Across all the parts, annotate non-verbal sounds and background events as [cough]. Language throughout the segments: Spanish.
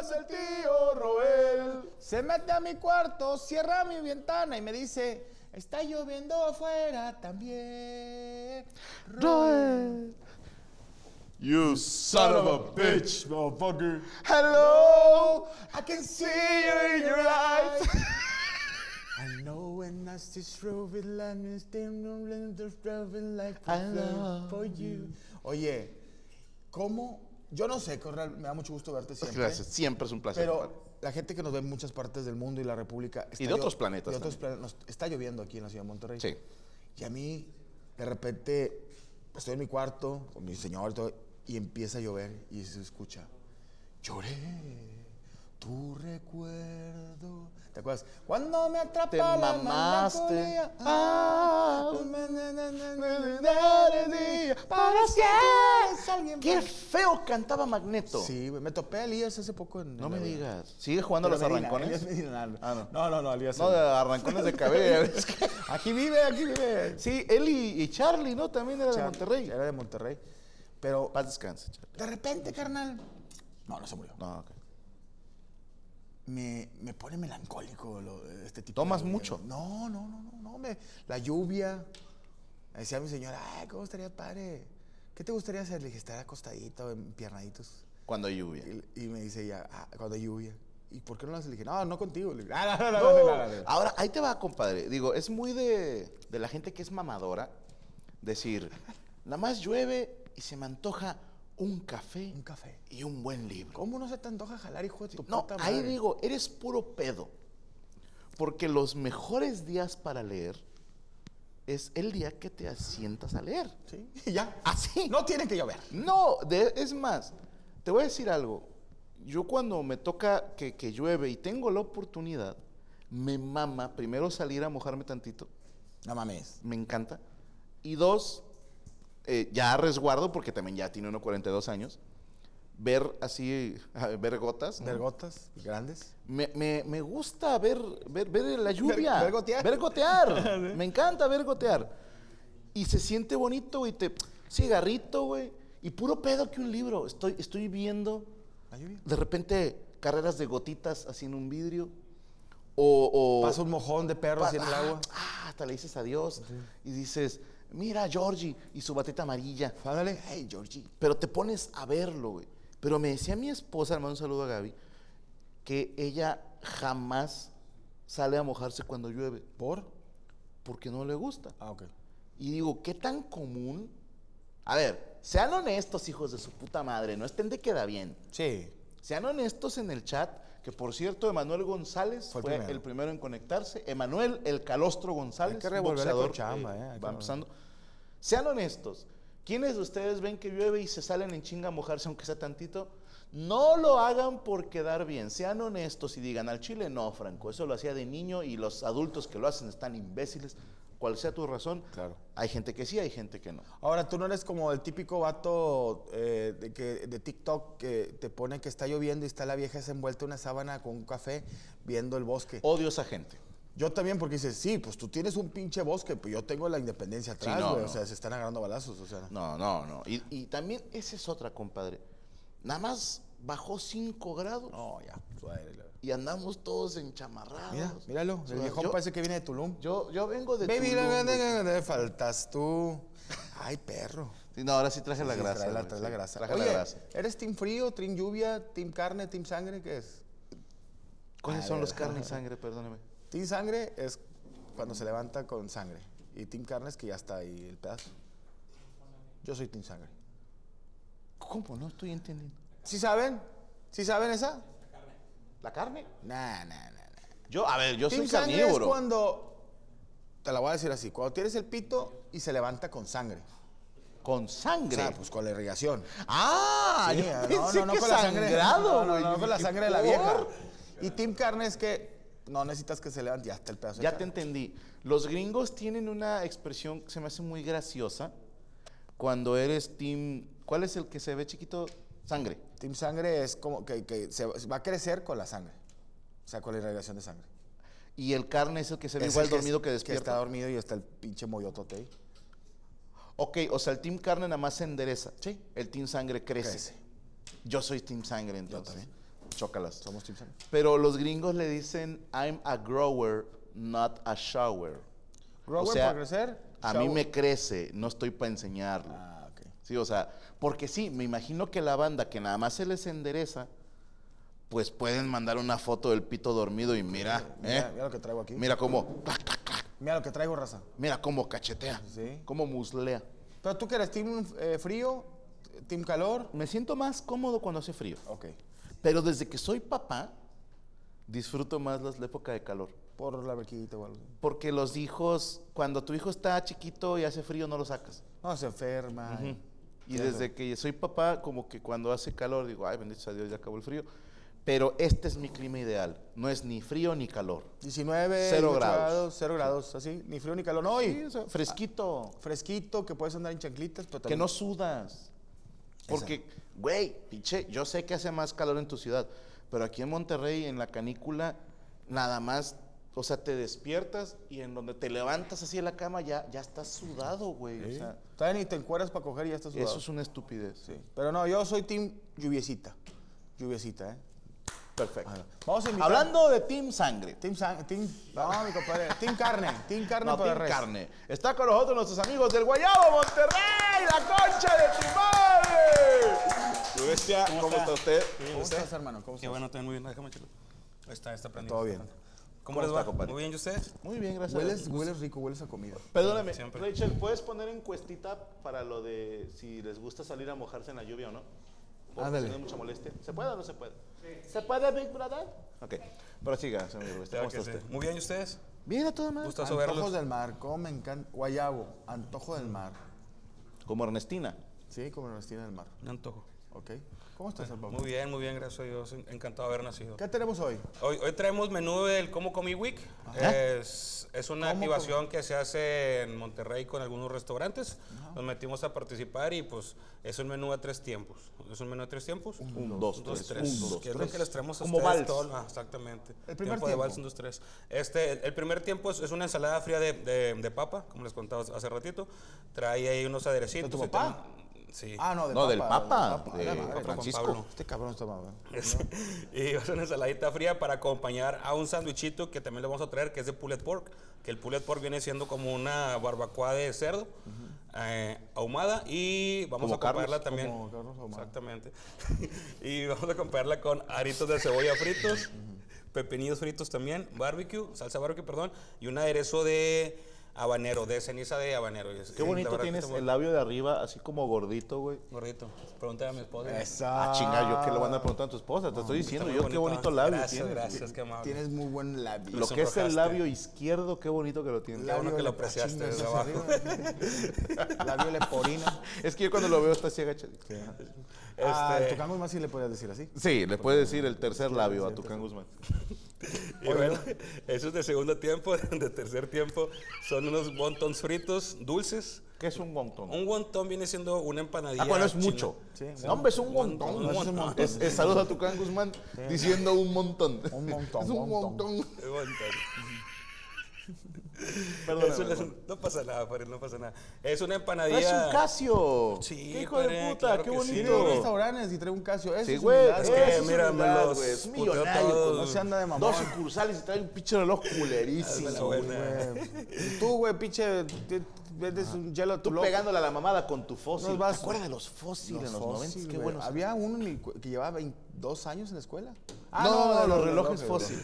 es el tío Roel. Se mete a mi cuarto, cierra mi ventana y me dice, está lloviendo afuera también. Roel. You son of a bitch, motherfucker. Hello, I can see you in your eyes. I know when I see through with lightning, still no longer driving like for you. Oye, ¿cómo? Yo no sé, Corral, me da mucho gusto verte siempre. Gracias, siempre es un placer. compadre. Pero la gente que nos ve en muchas partes del mundo y la República. está de llo- otros planetas de otros planetas. Nos- Está lloviendo aquí en la ciudad de Monterrey. Sí. Y a mí, de repente, pues, estoy en mi cuarto con mi señor y todo, y empieza a llover y se escucha. Lloré tu recuerdo. ¿Te acuerdas? Cuando me atrapa Te la mamaste. melancolía, ah, na, na, na, na, na, na, na, Para siempre es alguien. ¡Qué feo cantaba Magneto! Sí, güey, me topé a Elías hace poco en No en me la- digas. ¿Sigue jugando a los Medina, arrancones? Elías Medina, no. Ah, no. no, no, no, Elías. No, de arrancones de cabello. es que- [laughs] Aquí vive, aquí vive. sí, él y, y Charlie, ¿no? También era de Monterrey. Era de Monterrey. Pero Paz descanse, Charlie. de repente, carnal. No, no se murió. No, ok. Me, me pone melancólico lo- este tipo. ¿Tomas de- mucho? No, no, no, no, no. Me, la lluvia. Me decía mi señora, ay, ¿cómo estaría padre? ¿Qué te gustaría hacer? Le dije, estar acostadito, en piernaditos. Cuando hay lluvia. Y, y me dice ella, "Ah, cuando hay lluvia. ¿Y por qué no lo haces? Le dije, no, no contigo. Le dije, "Ah, no, no, no, no, no, no, no". Ahora, ahí te va, compadre. Digo, es muy de, de la gente que es mamadora decir, nada más llueve y se me antoja un café Un café. y un buen libro. ¿Cómo no se te antoja jalar, hijo de tu No, puta ahí madre? digo, eres puro pedo. Porque los mejores días para leer es el día que te asientas a leer. Sí, [laughs] y ya. Así. No tiene que llover. No, de- es más, te voy a decir algo. Yo cuando me toca que, que llueve y tengo la oportunidad, me mama primero salir a mojarme tantito, No mames. me encanta. Y dos, eh, ya resguardo, porque también ya tiene uno 42 años, ver así, [laughs] ver gotas. ¿no? Vergotas grandes. Me, me- me gusta ver, ver, ver la lluvia. ver gotear. Ver gotear. me encanta ver gotear. Y se siente bonito, güey. Te, cigarrito, güey. Y puro pedo que un libro. Estoy, estoy viendo La lluvia. de repente carreras de gotitas así en un vidrio. O. o Pasa un mojón de perro pa- así en el ah, agua. ah, hasta le dices adiós. Y dices, mira, Georgie. Y su batita amarilla. Ándale. Hey, Georgie. Pero te pones a verlo, güey. Pero me decía mi esposa, le mando un saludo a Gaby, que ella jamás sale a mojarse cuando llueve, ¿Por? porque no le gusta. Ah, ok. Y digo, ¿qué tan común? A ver, sean honestos, hijos de su puta madre, no estén de queda bien. Sí. Sean honestos en el chat, que por cierto, Emanuel González Fue fue, el primero. el primero en conectarse. Emanuel, el calostro González, Hay que revolverle boxeador, con chamba, eh, hay que va empezando. Sean honestos. ¿Quiénes de ustedes ven que llueve y se salen en chinga a mojarse aunque sea tantito? No lo hagan por quedar bien. Sean honestos y digan, al chile no, Franco. Eso lo hacía de niño y los adultos que lo hacen están imbéciles. Cual sea tu razón, Claro. hay gente que sí, hay gente que no. Ahora, tú no eres como el típico vato eh, de, que, de TikTok que te pone que está lloviendo y está la vieja esa envuelta en una sábana con un café viendo el bosque. Odio a esa gente. Yo también, porque dices, sí, pues tú tienes un pinche bosque, pues yo tengo la independencia atrás, no, güey. O no. sea, se están agarrando balazos, o sea. No, no, no. Y, y también esa es otra, compadre. Nada más bajó 5 grados No, ya. suave, la- y andamos todos enchamarrados. Mira, míralo. El Sudad- viejón Ah, pues, yo, parece que viene de Tulum. yo, yo vengo de Baby, Tulum, no, güey. no, no, no, faltas tú. Ay, perro. Sí, no, ahora sí traje la Sí, grasa. Trae la, güey, trae sí, la grasa. Traje Oye, la grasa. ¿eres team frío, team lluvia, team carne, team sangre? ¿Qué es? ¿Cuáles A son ver. los carne y sangre? Perdóneme. Team sangre es cuando se levanta con sangre. Y team carne es que ya está ahí el pedazo. Yo soy team sangre. ¿Cómo? No estoy entendiendo. ¿Sí saben? ¿Sí saben esa? ¿La carne? Nah, nah, nah. nah. Yo, a ver, yo Team soy sangre es carnívoro. cuando... Te la voy a decir así. Cuando tienes el pito y se levanta con sangre. Con O sangre. sea, pues con la irrigación. ah, Sí, yo [laughs] pensé que no, sangrado, no, güey. no, con la Dije, sangre de la ¿por? vieja. Y Team Carne es que no necesitas que se levante, ya está el pedazo. de Ya te carne. entendí. Los gringos tienen una expresión que se me hace muy graciosa cuando eres team. ¿Cuál es el que se ve chiquito? Sangre. Team Sangre es como que, que se va a crecer con la sangre. O sea, con la irrigación de sangre. Y el carne es el que se ve Es igual el es- dormido que, está despierta. dormido y está el pinche moyotote ahí. ok, o sea, el team carne nada más se endereza. Sí. El team sangre crece. Crece. Yo soy team sangre entonces. ¿eh? también. chócalas. Somos Team Sano. Pero los gringos le dicen, I'm a grower, not a shower. Grower o sea, por crecer. A shower. mí me Eh, crece, no estoy para enseñarlo. Ah, ok. Sí, o sea, porque sí, me imagino que la banda que nada más se les endereza, pues pueden mandar una foto del pito dormido y mira, ¿eh? Mira, mira lo que traigo aquí. Mira cómo, Mira lo que traigo, raza. mira cómo cachetea, Sí. cómo muslea. Pero tú que eres team eh, frío, team calor. Me siento más cómodo cuando hace frío, Ok. pero desde que soy papá, disfruto más las- la época de calor. Por la bequita o algo. Porque los hijos, cuando tu hijo está chiquito y hace frío, no lo sacas. No, se enferma. y- Y desde que soy papá, como que cuando hace calor, digo, ay, bendito sea Dios, ya acabó el frío. Pero este es mi clima ideal. No es ni frío ni calor. 19, Cero 18 grados. 0 grados, así. Ni frío ni calor. No, y Sí, o sea, fresquito, fresquito, que puedes andar en chanclitas, pero que también. no sudas. Porque, güey, pinche, yo sé que hace más calor en tu ciudad, pero aquí en Monterrey, en la canícula, nada más, o sea, te despiertas y en donde te levantas así de la cama ya, ya estás sudado, güey. O Sí. sea, Todavía ni te encueras para coger y ya estás sudado. eso es una estupidez. Sí. Pero no, yo soy team lluviecita. Lluviecita, ¿eh? Perfecto. Vamos a invitar. Hablando de Team Sangre. Team sang- team. No, mi compadre. Team carne. Team carne No, para Team res. Carne. Está con nosotros nuestros amigos del Guayabo Monterrey, la concha de tu madre. Tu bestia, ¿cómo, ¿Cómo está? está? usted? ¿Cómo estás, hermano? ¿Cómo Qué estás? bueno, también muy bien. Ah, Déjame chelo. Ahí está, ahí está prendido. Todo bien. ¿Cómo, les está, va? compadre? Muy bien, ¿y usted? Muy bien, gracias. Hueles, hueles rico, hueles a comida. Perdóname, Siempre. Rachel, ¿puedes poner encuestita para lo de si les gusta salir a mojarse en la lluvia o no? Por Ándale. si no es mucha molestia. ¿Se puede o no se puede? ¿Se puede, Big Brother? Ok, pero siga, señor Rubén. ¿Cómo Claro que está sí. usted? Muy bien, ¿y ustedes? Bien, a toda madre. Gustazo Antojos verlos. del mar, cómo me encanta. Guayabo, antojo del mar. Como Ernestina. Sí, como nos tiene el mar. Un antojo. Ok. ¿Cómo estás, hermano? Muy bien, muy bien, gracias a Dios. en- Encantado de haber nacido. ¿Qué tenemos hoy? Hoy, hoy traemos menú del Como Comí Week. Es, es una ¿Cómo activación que se hace en Monterrey con algunos restaurantes. Nos metimos a participar y pues es un menú a tres tiempos. Es un menú a tres tiempos. Un, dos, Un, dos, tres. tres. Un, dos, que es lo tres. que les traemos a Como ustedes vals. todo- ah, exactamente. El primer de vals, tiempo. un, dos, tres. Este, el, el primer tiempo es, es una ensalada fría de, de- de papa, como les contaba hace ratito. Trae ahí unos aderecitos. ¿De tu y papá? tam- Sí. Ah, no, del No, Papa. del Papa, Papa. de Ah, la madre, Juan Juan Francisco. Pablo. Este cabrón está mamado. Es- [laughs] y va a ser una ensaladita fría para acompañar a un sandwichito que también le vamos a traer, que es de pulled pork. Que el pulled pork viene siendo como una barbacoa de cerdo eh, ahumada y vamos Como a acompañarla Carlos, también. como Carlos ahumada. Exactamente. [laughs] y vamos a acompañarla con aritos de cebolla fritos, pepinillos fritos también, barbecue, salsa barbecue, perdón, y un aderezo de habanero, de ceniza de habanero. Y es- Qué y la bonito verdad que tienes está muy el labio de arriba, así como gordito, güey. Gordito, pregúntale a mi esposa. Ah, chinga, yo que le van a preguntar a tu esposa, te estoy Está diciendo muy yo qué bonito labio Gracias, tienes. gracias, qué amable. Tienes muy buen labio. Lo que es el sonrojaste. labio izquierdo, qué bonito que lo tienes. La- bueno que lo le- apreciaste chinga, desde hacia abajo. arriba. labio leporino. Es que yo cuando lo veo está así agachado. Ah, Este- tu cango más si le podrías decir así. Sí, le puedes decir el tercer labio a tu can Guzmán. Y bueno, [laughs] eso es de segundo tiempo, [laughs] de tercer tiempo son unos wontons fritos dulces. ¿Qué es un wonton? Un wonton viene siendo una empanadilla. Ah, bueno, es china. mucho. Sí, No, hombre, es un montón. montón, Es, un montón. es- es saludos a tu can Guzmán diciendo un montón. Un [laughs] montón, Es un montón. montón. Un wonton. Eso Perdóname. es- Juan. no pasa nada, Farid, no pasa nada. Es una empanadilla. Traes un Casio. Sí, Qué hijo padre, de puta, claro qué que sí. bonito. Tiene dos restaurantes y trae un casio. Eso Sí, es güey. humildad, Es güey. que, eso mira, me humildad, los güey, Es puteó millonario. todos. con No se anda de mamón. Dos sucursales y trae un pinche reloj culerísimo. Hazme la güey. buena. [laughs] Güey, Tú, güey, pinche, te- vendes un hielo a tu Tú loco. pegándole a la mamada con tu fósil. Nos vas- ¿Te acuerdas de los fósiles en los fósil, 90? Qué güey. buenos. Había uno en el cu- que llevaba 22 años en la escuela. no, no, de los relojes güey. fósil.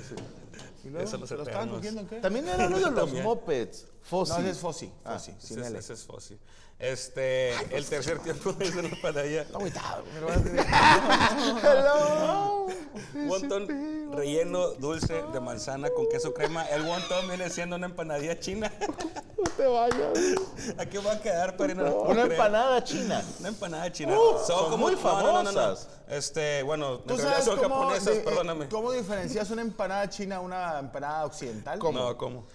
¿Y luego? Eso los ¿Lo estaban eternos. cogiendo en qué? También [laughs] era uno de los También. mopeds. Fósil. No, ese es fósil. Fósil, Ese sin es- L. ese es fósil. Este, el tercer tiempo es una empanadilla. [laughs] Hello. [laughs] Wonton relleno dulce de manzana con queso crema. El wonton viene siendo una empanadilla china. [laughs] No te vayas. ¿A qué va a quedar, Farid? No lo puedo Una creer. empanada china. Una empanada china. Uh, son muy famosas. Este, bueno, ¿Tú en sabes realidad son cómo, japonesas, di- eh, perdóname. cómo diferencias una empanada china a una empanada occidental? No, ¿cómo?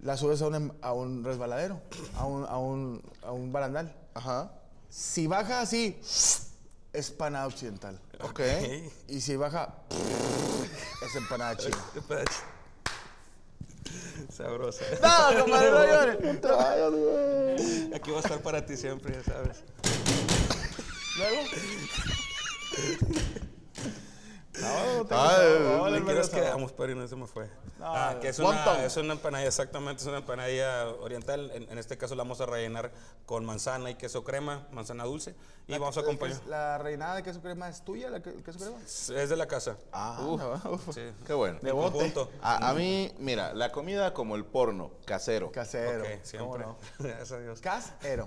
La subes a un, em- a un resbaladero, a un, a, un, a un barandal. Ajá. Si baja así, es empanada occidental. Ok. Y si baja, es empanada [laughs] china. Empanada china. Sabrosa. No, [laughs] compadre, no llores. No te vayas, güey. Aquí va a estar para ti siempre, ya sabes. Luego. No, no tengo. Ah, sabor, el eh, Le crees que sabor. damos, pero no se me fue. No, Ah, que es wonton. una, es una empanadilla, exactamente, es una empanadilla oriental. En, en este caso la vamos a rellenar con manzana y queso crema, manzana dulce. Y vamos a acompañar. Pues, ¿La reinada de queso crema es tuya, la que- queso crema? Es de la casa. Ah, no, uf, sí. qué bueno. De bote. Conjunto. A, a mí, mira, la comida como el porno, casero. Casero. Ok, siempre. ¿cómo no? [laughs] Gracias a [laughs] Dios. Casero.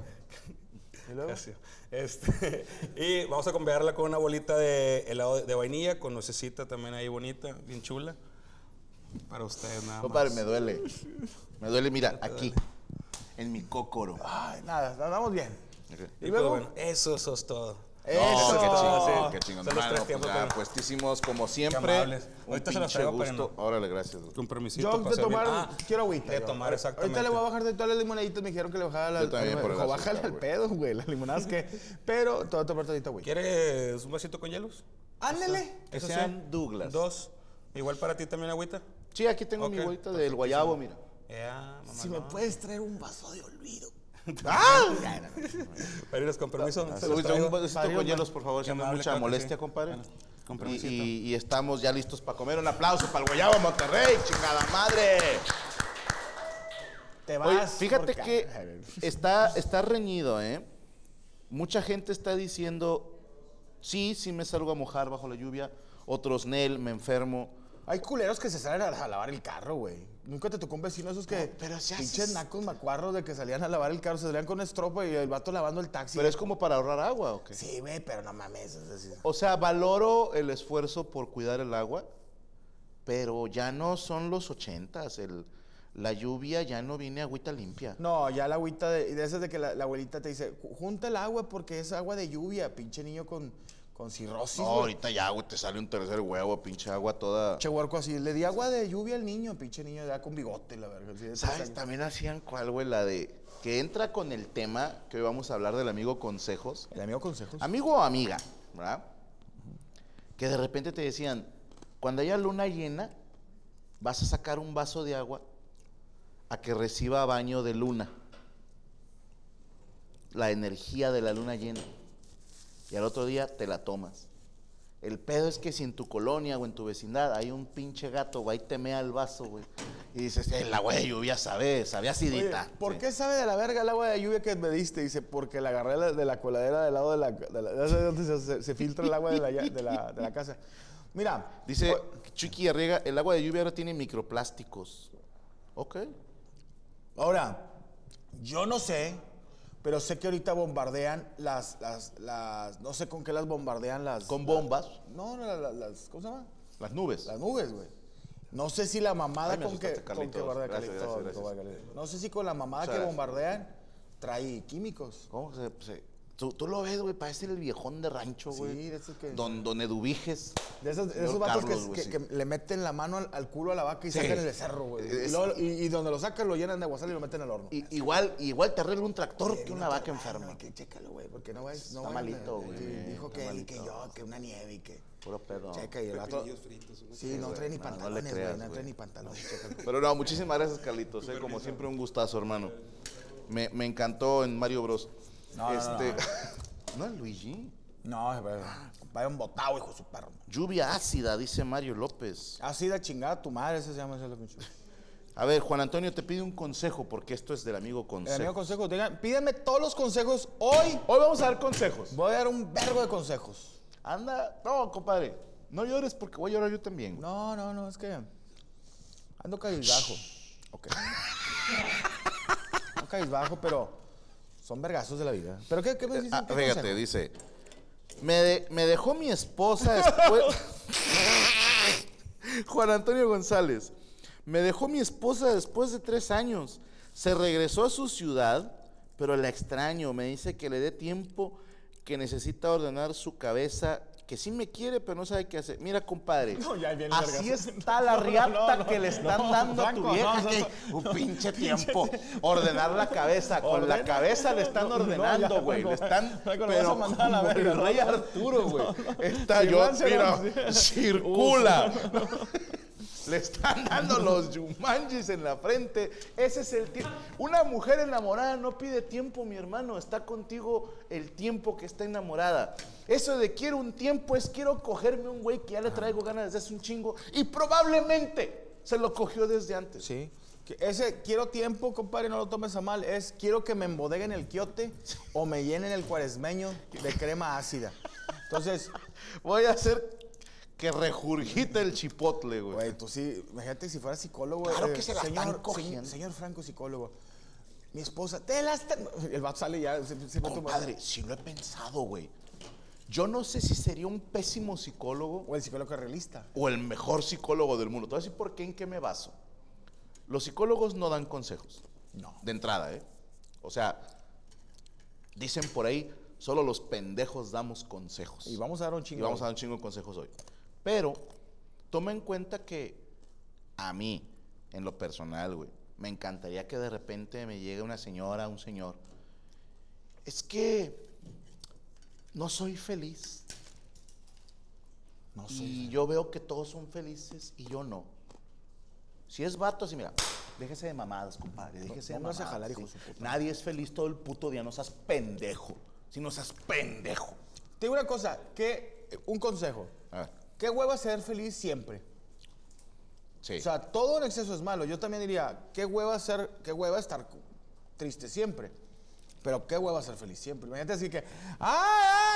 ¿Y luego? Gracias. Este, [laughs] y vamos a acompañarla con una bolita de helado de, de vainilla, con nocecita también ahí bonita, bien chula. Para ustedes nada más. Compadre, me duele. Me duele, mira, aquí. En mi cócoro. Ah. Ay, nada, andamos bien. Ok. Y, Y luego, luego- eso, eso es todo. Eso. qué chingón, chingón, qué chingón. Son los Mano, tres pues, tiempos. ya, pero- puestísimos, como siempre. Qué amables. Un Ahorita se los pinche traigo, gusto. espérenme. Órale, gracias. Con permisito. Yo de pasar bien. tomar, Ah, quiero agüita. De yo. tomar, exactamente. Ahorita le voy a bajar de todas las limonaditas, me dijeron que le bajara la Yo también por el Ojo, bájale azúcar, al güey. pedo, güey, las limonadas que... [laughs] Pero te voy a tomar todita agüita. ¿Quieres un vasito con hielos? Ándale. Que Esos sean son Douglas. Dos. Igual para ti también, agüita. Sí, aquí tengo mi Ok, bolita del guayabo, mira. Ya, mamá. Si me puedes traer un vaso de olvido. ¡Ah! Pero irnos con permiso. se los Un traigo. besito con Adiós, hielos, ma. por favor, si Qué no es amable, mucha claro que molestia, sí. compadre. Bueno, con Y, permisito. y- y estamos ya listos para comer. Un aplauso para el guayabo Monterrey, chingada madre. Te vas. Oye, fíjate por- [laughs] que Ay, está, está reñido, ¿eh? Mucha gente está diciendo, sí, sí me salgo a mojar bajo la lluvia. Otros, Nel, me enfermo. Hay culeros que se salen a, a lavar el carro, güey. Nunca te tocó un vecino esos que. pero si pinches haces- nacos macuarros de que salían a lavar el carro, se salían con estropa y el vato lavando el taxi. Pero es como para ahorrar agua, ¿o qué? Sí, güey, pero no mames. es decir, O sea, valoro el esfuerzo por cuidar el agua, pero ya no son los ochentas. El, la lluvia ya no viene agüita limpia. No, ya la agüita de, de esas de que la, la abuelita te dice, "Ju- junta el agua porque es agua de lluvia, pinche niño con, con cirrosis. No, güey. ahorita ya, güey, te sale un tercer huevo, pinche agua toda. Pinche huerco así, le di agua de lluvia al niño, pinche niño ya con bigote, la verga. así de tres ¿Sabes? años. También hacían cuál, güey, la de que entra con el tema que hoy vamos a hablar del amigo consejos. El amigo consejos. Amigo o amiga, ¿verdad? Que de repente te decían, cuando haya luna llena, vas a sacar un vaso de agua a que reciba baño de luna. La energía de la luna llena. Y al otro día te la tomas. El pedo es que si en tu colonia o en tu vecindad hay un pinche gato, va y te mea el vaso, güey. Y dices, el agua de lluvia sabe, sabe Oye, acidita. ¿Por Sí. qué sabe de la verga el agua de lluvia que me diste? Dice, porque la agarré la- de la coladera del lado de la... De la- ya sé dónde se, se- se filtra el agua de la, ya- de la- de la casa. Mira, Dice Pues- Chiqui Arriega, el agua de lluvia ahora tiene microplásticos. Ok. ahora, yo no sé, pero sé que ahorita bombardean las... las, las no sé con qué las bombardean las... Con bombas, No, no, la- la- las... ¿Cómo se llama? las nubes. Las nubes, güey. No sé si la mamada Ay, me con que, asustaste, con que Carlitos. bombardea- Gracias, Carlitos, gracias, con gracias. bombardea- No sé si con la mamada Muchas que gracias. bombardean trae químicos. ¿Cómo se, se- tú, tú lo ves, güey, parece el viejón de rancho, Sí, güey. de esos que- Don, don Eduviges. De esos, de Señor esos vatos Carlos, que- güey, que, sí. que le meten la mano al, al culo a la vaca y Sí. sacan el becerro, güey. Y, Es- luego- y- y donde lo sacan lo llenan de aguasal y lo meten al horno. I- igual, igual te arregla un tractor que una vaca Eh, Ay, enferma. que chécalo, güey, porque no vayas. No Está vayas- malito, sí, güey, Dijo está que él y malito. que yo, que una nieve y que. Puro pedo. Checa y el vato. Sí, no güey, trae ni no, no le pantalones, güey. creas, No, güey. trae ni pantalones. chécalo. Pero no, muchísimas gracias, Carlitos. eh, como siempre, un gustazo, hermano. Me, me encantó en Mario Bros. No, no, este, [laughs] no, es Luigi. No, es verdad. Vaya un botado, hijo de su perro. Lluvia ácida, dice Mario López. Así de chingada tu madre, ese se llama ese es lo que [laughs] me A ver, Juan Antonio te pide un consejo porque esto es del amigo El consejo. Eh, amigo consejo, digan, pídeme todos los consejos hoy. Hoy vamos a dar consejos. Voy a dar un vergo de consejos. Anda, no, compadre. No llores porque voy a llorar yo también. güey. No, no, no, es que ando cabizbajo. Ok. Ando cabizbajo, pero son vergazos de la vida. ¿Pero qué, qué me dices? Ah, ¿Qué fíjate, consejo? dice. Me, de- me dejó mi esposa después. [laughs] Juan Antonio González. Me dejó mi esposa después de tres años. Se regresó a su ciudad, pero la extraño. Me dice que le dé tiempo, que necesita ordenar su cabeza, que sí me quiere, pero no sabe qué hacer. Mira, compadre. No, ya viene el así vergazo. está la No, no, riata no, que le están no, dando a tu Franco, vieja. no, que- no, un [laughs] pinche tiempo. Ordenar la cabeza. Con la Ordena. cabeza le están No, no, ordenando, ya, güey. Le Franco, [laughs] están. Franco, lo vas pero a mandar a la como el verga, [laughs] ¿no? rey Arturo, güey. Está Sí, yo, [laughs] láncelo, mira, sí. circula. [laughs] Le están dando los Jumanjis en la frente. Ese es el tiempo. Una mujer enamorada no pide tiempo, mi hermano. Está contigo el tiempo que está enamorada. Eso de quiero un tiempo es quiero cogerme un güey que ya le traigo ganas desde hace un chingo. Y probablemente se lo cogió desde antes. Sí. Que Ese quiero tiempo, compadre, no lo tomes a mal. Es quiero que me embodeguen el quiote o me llenen el cuaresmeño de crema ácida. Entonces, Voy a hacer que regurgita el chipotle, güey. güey, tú sí, imagínate si fuera psicólogo. eh, Claro que se la están señor, cogiendo. señor Franco, psicólogo. Mi esposa, te la están. El vato sale ya. Se, se fue a tomar- Compadre, si lo he pensado, güey. Yo no sé si sería un pésimo psicólogo O el psicólogo realista. o el mejor psicólogo del mundo. Te voy a decir por qué, en qué me baso. Los psicólogos no dan consejos. No. De entrada, ¿eh? O sea, dicen por ahí, solo los pendejos damos consejos. Y vamos a dar un Y chingo. vamos a dar un chingo de consejos hoy. Pero, toma en cuenta que a mí, en lo personal, güey, me encantaría que de repente me llegue una señora, un señor. Es que no soy feliz. No Y yo veo que todos son felices y yo no. Si es vato, así mira, déjese de mamadas, compadre, déjese de no me vas a mamadas. jalar, ¿sí? hijo de su puta. Nadie es feliz todo el puto día, no seas pendejo. Si no seas pendejo. Te digo una cosa, que un consejo. A ver, ¿Qué hueva ser feliz siempre? sí. O sea, todo en exceso es malo. Yo también diría, qué hueva ser, qué hueva estar cu- triste siempre. Pero qué hueva ser feliz siempre. Imagínate así que, ¡ah!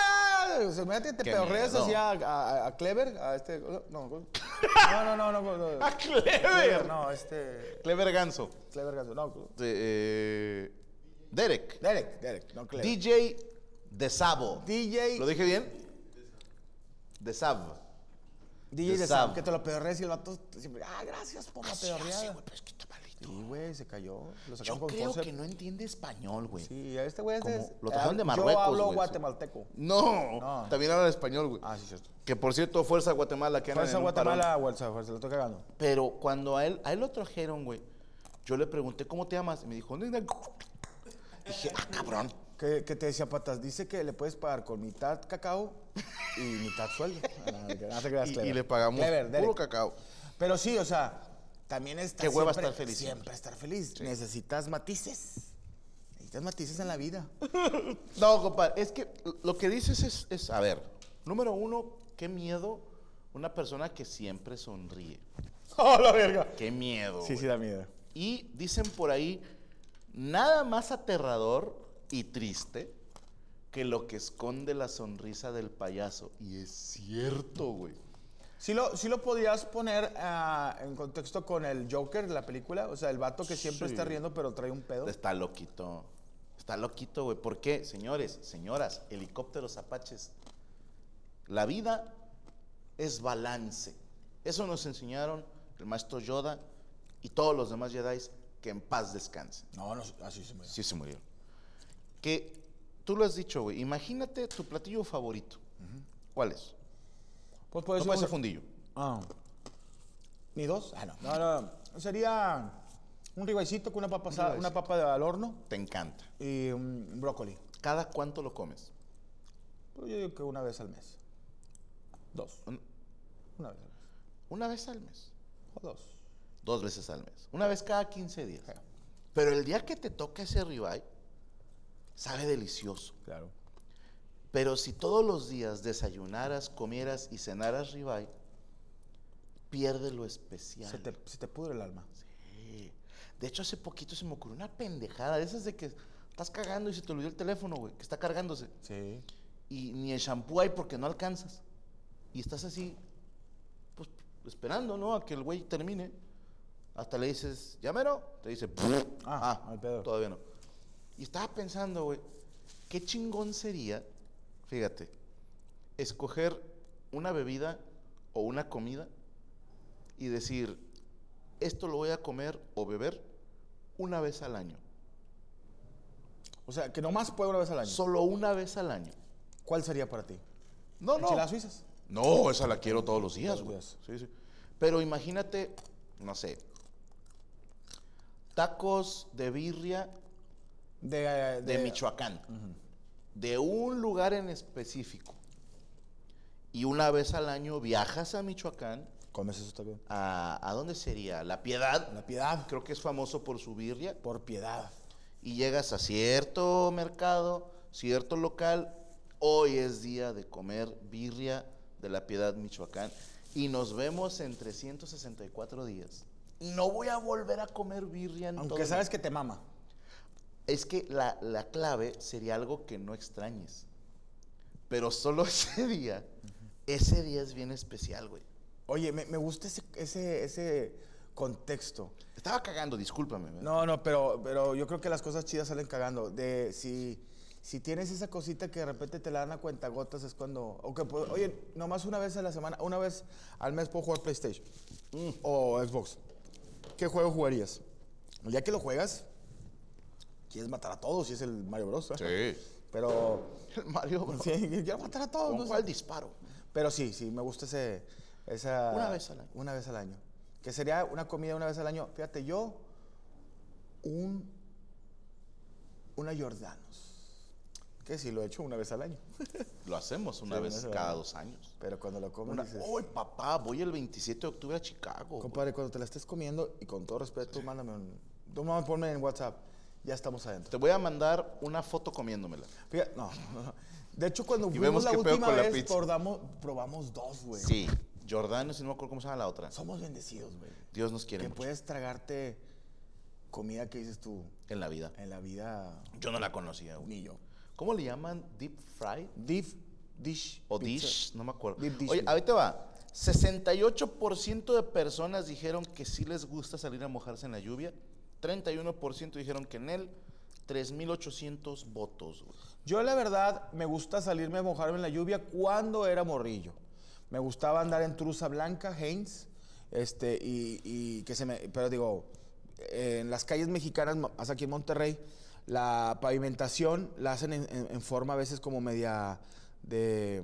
ah, ah", o sea, imagínate te Qué peorreas miedo. así a, a- a Clever, a este. No, no, no, no. no, no, [laughs] [laughs] no. ¡Ah, Clever! No, este. Clever Ganso. Clever Gaso, No, De, eh, Derek. Derek, Derek, no Clever. DJ De Sabo. DJ. ¿Lo dije bien? De Sab. DJ de de Sam, Sam. que te lo pedorrees y el vato siempre, ah, gracias por la Sí, pedorreada. güey, pero es que está malito. Sí, güey, se cayó. Lo sacaron Yo con creo concept. que no entiende español, güey. Sí, este güey es de- Como- lo trajeron de Marruecos, Yo hablo güey, sí. guatemalteco. No, No. también hablan español, güey. Ah, sí, cierto. Que por cierto, Fuerza Guatemala que andan Fuerza en un parón. Guatemala, fuerza, fuerza, lo estoy cagando. Pero cuando a él, a él lo trajeron, güey, yo le pregunté, ¿cómo te llamas? Y me dijo, "Nena". Dije, ah, cabrón. Que, que te decía patas, dice que le puedes pagar con mitad cacao y mitad [laughs] sueldo. Ah, no, no te creas, Y, y Clever. le pagamos Clever, Derek. puro cacao. Pero sí, o sea, también está Qué hueva siempre- estar feliz siempre. Siempre estar feliz. Necesitas matices. Necesitas matices en [laughs] la vida. No, compadre, es que lo que dices es, es, a ver, número uno, qué miedo una persona que siempre sonríe. ¡Oh, la verga! Qué miedo. Sí, güey. sí da miedo. Y dicen por ahí, nada más aterrador y triste que lo que esconde la sonrisa del payaso. Y es cierto, güey. Sí lo, sí lo podías poner ah, en contexto con el Joker de la película. O sea, el vato que siempre Sí. está riendo, pero trae un pedo. Está loquito. Está loquito, güey. ¿Por qué? Señores, señoras, helicópteros apaches. La vida es balance. Eso nos enseñaron el maestro Yoda y todos los demás Jedi que en paz descansen. No, no, así se me Sí se murió. Que tú lo has dicho, güey. Imagínate tu platillo favorito. ¿Cuál es? Pues puede no ser puede un- ser fundillo. Ah. ¿Ni dos? Ah, no. No, no. Sería un ribaicito con una papa, asada- una papa de- al horno Te encanta. y un brócoli. ¿Cada cuánto lo comes? Pero yo digo que una vez al mes. Dos. Un- Una vez al mes. Una vez al mes. O dos. Dos veces al mes. Una vez cada 15 días. Pero el día que te toca ese ribeye, sabe delicioso. Claro. Pero si todos los días desayunaras, comieras y cenaras ribeye, pierde lo especial. Se te, se te pudre el alma. Sí. De hecho, hace poquito se me ocurrió una pendejada. de Esas de que estás cagando y se te olvidó el teléfono, güey, que está cargándose. Sí. Y ni el shampoo hay porque no alcanzas. Y estás así, pues esperando, ¿no? A que el güey termine. Hasta le dices, llámelo. Te dice, Ah, al pedo. Todavía no. Y estaba pensando, güey, qué chingón sería, fíjate, escoger una bebida o una comida y decir, esto lo voy a comer o beber una vez al año. O sea, que nomás puede una vez al año. Solo una vez al año. ¿Cuál sería para ti? No, ¿Enchiladas suizas? No, esa la quiero todos los días, Todos güey. los Sí, sí. Pero imagínate, no sé, tacos de birria De, de Michoacán, Eh, de un lugar en específico. Y una vez al año viajas a Michoacán ¿Comes eso tacos? ¿A, a dónde sería? La Piedad. La piedad. Creo que es famoso por su birria. Por piedad. Y llegas a cierto mercado, cierto local. Hoy es día de comer birria de la Piedad Michoacán. Y nos vemos en 364 días. No voy a volver a comer birria en todo Aunque el- sabes que te mama. Es que la, la clave sería algo que no extrañes. Pero solo [laughs] ese día, ese día es bien especial, güey. Oye, me, me gusta ese, ese, ese contexto. Estaba cagando, discúlpame. güey. No, no, pero, pero yo creo que las cosas chidas salen cagando. De si, si tienes esa cosita que de repente te la dan a cuentagotas es cuando. o que puedo- oye, nomás una vez a la semana, una vez al mes puedo jugar PlayStation o Xbox. ¿Qué juego jugarías? Ya que lo juegas, quieres matar a todos si es el Mario Bros. ¿eh? [laughs] Pero. El [laughs] Mario, bro. [laughs] Sí, quiero matar a todos. ¿Con no sé. cuál disparo? Pero sí, sí, me gusta ese, esa... Una vez al año. Una vez al año. Que sería una comida una vez al año. Fíjate, yo, un... Una Jordanos. Que sí, lo he hecho una vez al año. Lo hacemos una Sí, vez una vez al cada año. dos años. Pero cuando lo comes Una, dices, "Oy, papá! Voy el 27 de octubre a Chicago. güey". compadre, cuando te la estés comiendo, y con todo respeto, mándame un... Tú mamá, ponme en WhatsApp. Ya estamos adentro. Te voy a mandar una foto comiéndomela. Fíjate, no, no, no. De hecho, cuando fuimos vemos la qué pedo última con la vez, pizza. probamos, probamos dos, güey. Sí. Jordano, si no me acuerdo cómo se llama la otra. Somos bendecidos, güey. Dios nos quiere Que mucho puedes tragarte comida que dices tú en la vida. en la vida Yo no la conocía, güey. ni yo. ¿Cómo le llaman? ¿Deep fried? Deep dish. ¿O pizza. dish? No me acuerdo. Deep dish, Oye, güey. ahorita va. 68% de personas dijeron que sí les gusta salir a mojarse en la lluvia. 31% dijeron que en él. 3.800 votos, güey. Yo la verdad me gusta salirme a mojarme en la lluvia cuando era morrillo. Me gustaba andar en trusa blanca, Heinz, este y, y que se me, pero digo, eh, en las calles mexicanas, ma- más aquí en Monterrey, la pavimentación la hacen en, en- en forma a veces como media de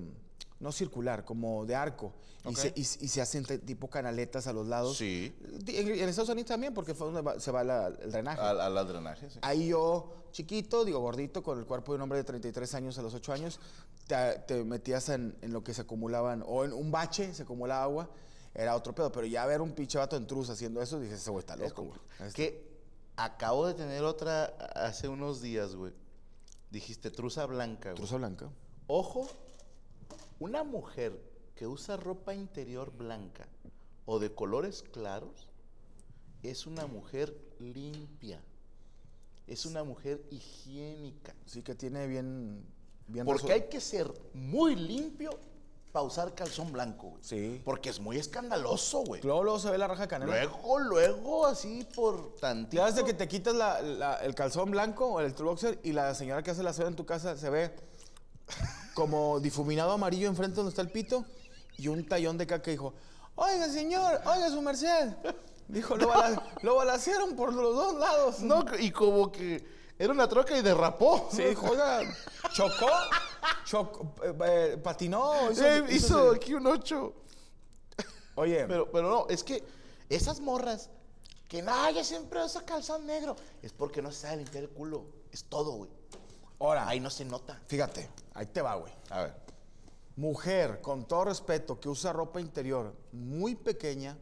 no circular, como de arco. Ok. Y, se, y se- y se hacen te- tipo canaletas a los lados. Sí. En, en Estados Unidos también, porque fue donde va- se va la- el drenaje. Al, al drenaje, sí. Ahí yo, chiquito, digo gordito, con el cuerpo de un hombre de 33 años a los 8 años, te, te metías en, en lo que se acumulaban, o en un bache se acumulaba agua, era otro pedo. Pero ya ver un pinche vato en truz haciendo eso, dije, ese güey está Es loco, güey. complicado. Este- Que acabo de tener otra hace unos días, güey. Dijiste truza blanca, güey. Truza blanca. Ojo, una mujer que usa ropa interior blanca o de colores claros es una mujer limpia. Es una mujer higiénica. Sí que tiene bien... bien Porque resu- hay que ser muy limpio para usar calzón blanco, güey. Sí. Porque es muy escandaloso, güey. Luego, luego se ve la raja de canela. Luego, luego, así por Te tantito. hace que te quitas la- la- el calzón blanco o el boxer y la señora que hace la cena en tu casa se ve como difuminado amarillo enfrente donde está el pito y un tallón de caca dijo, oiga señor, oiga su merced. Dijo, lo, bala- lo balacearon por los dos lados. No, y como que era una troca y derrapó. [laughs] Sí, dijo, oiga, chocó, chocó, eh, eh, patinó. hizo- Eh, hizo, hizo- aquí un 8. Oye, Pero, pero no, es que esas morras que no, yo siempre uso calzón negro. Es porque no se sabe limpiar el culo. Es todo, güey. ahora, Ahí no se nota. fíjate, ahí te va, güey. A ver. Mujer, con todo respeto, que usa ropa interior muy pequeña,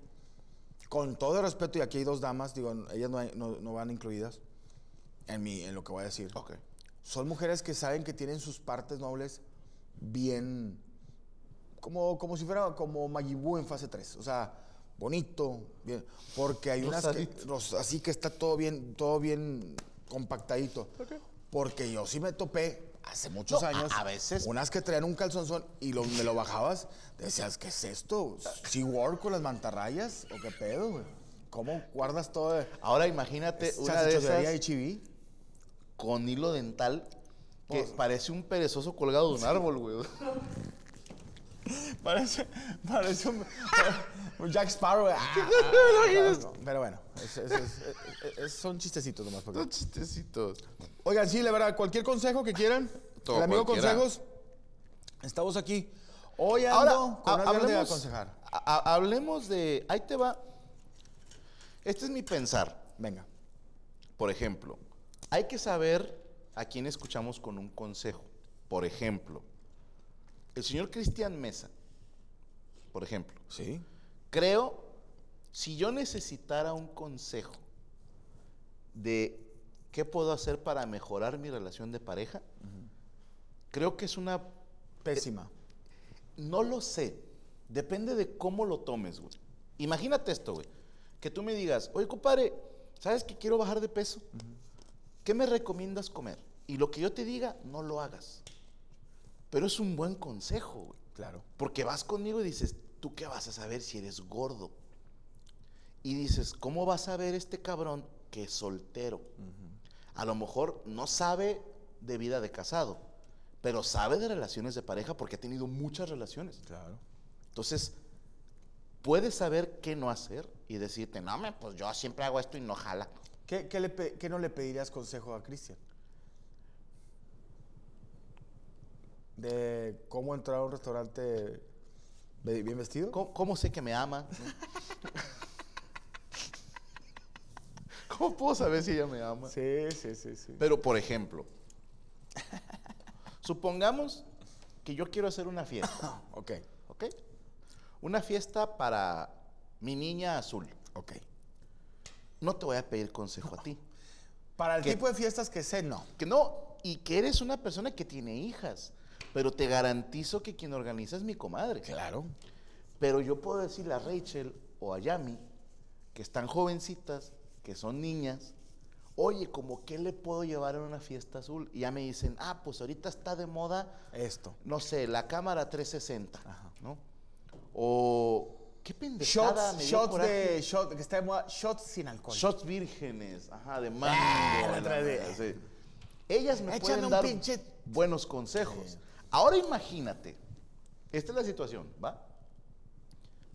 con todo respeto, y aquí hay dos damas, digo, n- ellas no, hay- no- no van incluidas en, mi, en lo que voy a decir. Ok. Son mujeres que saben que tienen sus partes nobles bien, como, como si fuera como Magibú en fase 3, o sea, bonito, bien, porque hay unas que, Rosadito. ros- así que está todo bien, todo bien compactadito. Porque yo sí me topé hace muchos No, a- años a veces unas que traían un calzonzón y lo, me lo bajabas, decías, ¿qué es esto? ¿Sea War con las mantarrayas? ¿O qué pedo, güey? ¿Cómo guardas todo? de- Ahora imagínate Eh, una de salchichonería esas de chiví? con hilo dental que parece un perezoso colgado de un árbol, güey. [laughs] Parece, parece un [laughs] Jack Sparrow. güey. Ah, no, pero bueno, es- es- es- es- es- son chistecitos nomás. porque- Son chistecitos. Oigan, sí, la verdad, cualquier consejo que quieran, Todo, el amigo cualquiera. Consejos, estamos aquí. Hoy ando Ahora, con ha- unas ganas de hablemos, aconsejar. ha- ha- hablemos de... Ahí te va. Este es mi pensar. Venga. Por ejemplo, hay que saber a quién escuchamos con un consejo. Por ejemplo, el señor Cristian Mesa, por ejemplo, Sí. Creo, si yo necesitara un consejo de qué puedo hacer para mejorar mi relación de pareja, creo que es una... Pésima. No lo sé. Depende de cómo lo tomes, güey. Imagínate esto, güey. Que tú me digas, oye, compadre, ¿sabes que quiero bajar de peso? ¿Qué me recomiendas comer? Y lo que yo te diga, no lo hagas. Pero es un buen consejo, güey. Claro. Porque vas conmigo y dices, ¿tú qué vas a saber si eres gordo? Y dices, ¿cómo vas a ver este cabrón que es soltero? A lo mejor no sabe de vida de casado, pero sabe de relaciones de pareja porque ha tenido muchas relaciones. Claro. Entonces, puedes saber qué no hacer y decirte, no, me, pues yo siempre hago esto y no jala. ¿Qué, qué le pe- qué no le pedirías consejo a Cristian? De cómo entrar a un restaurante ve- bien vestido. ¿Cómo, cómo sé que me ama? ¿Cómo puedo saber si ella me ama? Sí, sí, sí, sí. Pero, por ejemplo, [laughs] supongamos que yo quiero hacer una fiesta, [clears throat] Ok, ¿ok? Una fiesta para mi niña azul. ok. No te voy a pedir consejo a ti. Para el ¿Qué? tipo de fiestas que sé, no. Que no, y que eres una persona que tiene hijas. Pero te garantizo que quien organiza es mi comadre. Claro. Pero yo puedo decirle a Rachel o a Yami, que están jovencitas, que son niñas, oye, como qué le puedo llevar a una fiesta azul? Y ya me dicen, ah, pues ahorita está de moda Esto. no sé, la cámara 360, ¿no? O qué pendejada shots, me dio shots coraje. de, shot, que está de moda, shots sin alcohol. shots vírgenes, ajá, de mango. Ah, de la la otra vez. madre, sí. Ellas me Échame pueden un dar pinche- buenos consejos. Ahora imagínate, esta es la situación, ¿va?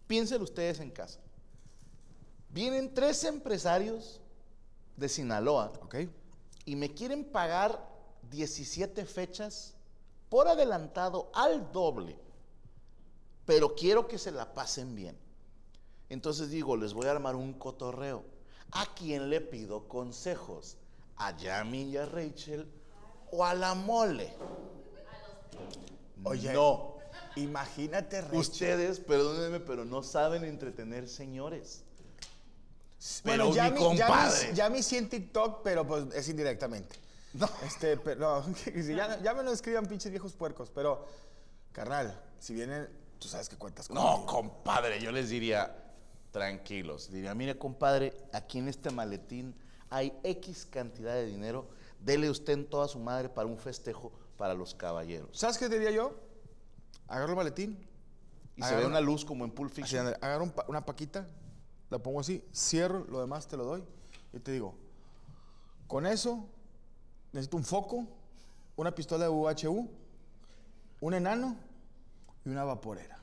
Piénselo ustedes en casa. Vienen tres empresarios de Sinaloa Ok. y me quieren pagar 17 fechas por adelantado al doble, pero quiero que se la pasen bien. Entonces digo, les voy a armar un cotorreo. ¿A quién le pido consejos? ¿A Yami y a Rachel o a la mole? Oye. no. Imagínate, Rachel. Ustedes, perdónenme, pero no saben entretener señores. Bueno, Pero ya mi mi- ya mi- compadre. Ya me sí en TikTok, pero pues es indirectamente. No. Este, pero no, [laughs] que si ya, ya me lo escriban pinches viejos puercos, pero carnal, si vienen, tú sabes que cuentas con No, compadre, yo les diría, tranquilos. Diría, mire, compadre, aquí en este maletín hay X cantidad de dinero. Dele usted en toda su madre para un festejo para los caballeros. ¿Sabes qué diría yo? Agarro el maletín, Y se Agarra ve una- una luz como en Pulp así, Fiction. ándale, agarro un pa- una paquita, la pongo así, cierro, lo demás te lo doy y te digo, con eso necesito un foco, una pistola de UHU, un enano y una vaporera.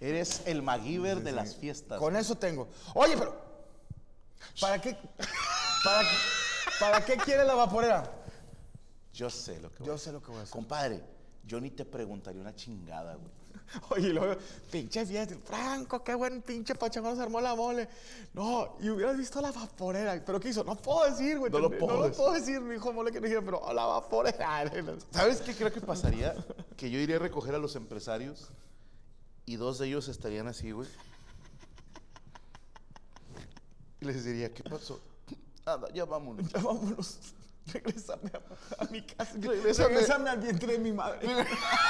Eres el MacGyver de las fiestas. Con eso tengo. Oye, pero. ¿Para qué? ¿Para qué, para qué quiere la vaporera? Yo sé lo que voy a Yo hacer. sé lo que voy a hacer. Compadre, yo ni te preguntaría una chingada, güey. [laughs] Oye, y luego, pinche fiesta. Franco, qué buen pinche pachangón se armó la mole. No, y hubieras visto la vaporera. ¿Pero qué hizo? No puedo decir, güey. No lo te- puedo No lo decir. puedo decir, mi hijo mole que no dije, pero "Oh, la vaporera. [laughs] ¿Sabes qué creo que pasaría? Que yo iría a recoger a los empresarios y dos de ellos estarían así, güey. Y les diría, ¿qué pasó? Nada, ya vámonos. Ya vámonos. [laughs] Regrésame a, a mi casa. Regrésame. Regrésame al vientre de mi madre.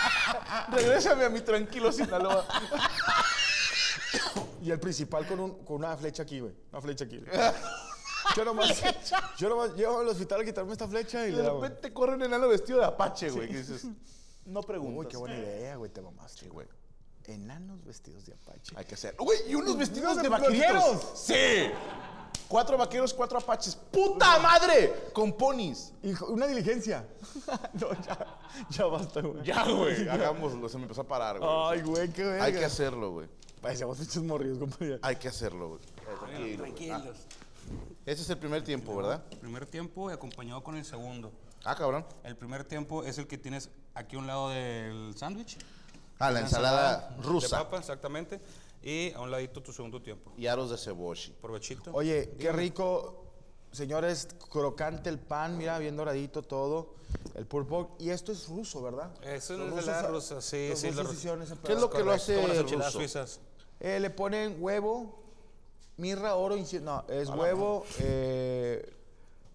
[laughs] Regrésame a mi tranquilo Sinaloa. Y el principal con, un- con una flecha aquí, güey. Una flecha aquí. [laughs] Yo nomás, yo nomás llevo al hospital a quitarme esta flecha y Y le de damos. repente corre un enano vestido de apache, güey. Que dices, no preguntas. Uy, qué buena idea, güey, te mamaste. Sí, güey. Enanos vestidos de apache. Hay que hacer. Güey, y unos vestidos ¡Unos de de vaqueros. vaqueros! Sí. Cuatro vaqueros, cuatro apaches. ¡Puta madre! Con ponis. Hijo, una diligencia. [laughs] no, ya, ya basta, güey. Ya, [laughs] güey. Hagámoslo. Se me empezó a parar, güey. Ay, güey, qué Ah, verga. Hay que hacerlo, güey. Parecíamos pinches morridos, compadre. Hay que hacerlo, güey. Tranquilo, güey. Ah, ese es el primer tiempo, ¿verdad? Primer tiempo y acompañado con el segundo. Ah, cabrón. El primer tiempo es el que tienes aquí a un lado del sándwich. Ah, la Una ensalada de rusa papa, exactamente. Y a un ladito tu segundo tiempo. y aros de ceboshi. Provechito. Oye, qué rico. Señores, crocante el pan, mira, bien doradito todo. El pulpo. Y esto es ruso, ¿verdad? Eso Los es de rusos la ha- rusa, sí, los sí, rusos los- hicieron ese ¿Qué es lo pedazo. que lo Correcto, hace como las enchiladas ruso? suizas. Eh, le ponen huevo, mirra, oro, incienso. No, es huevo, eh,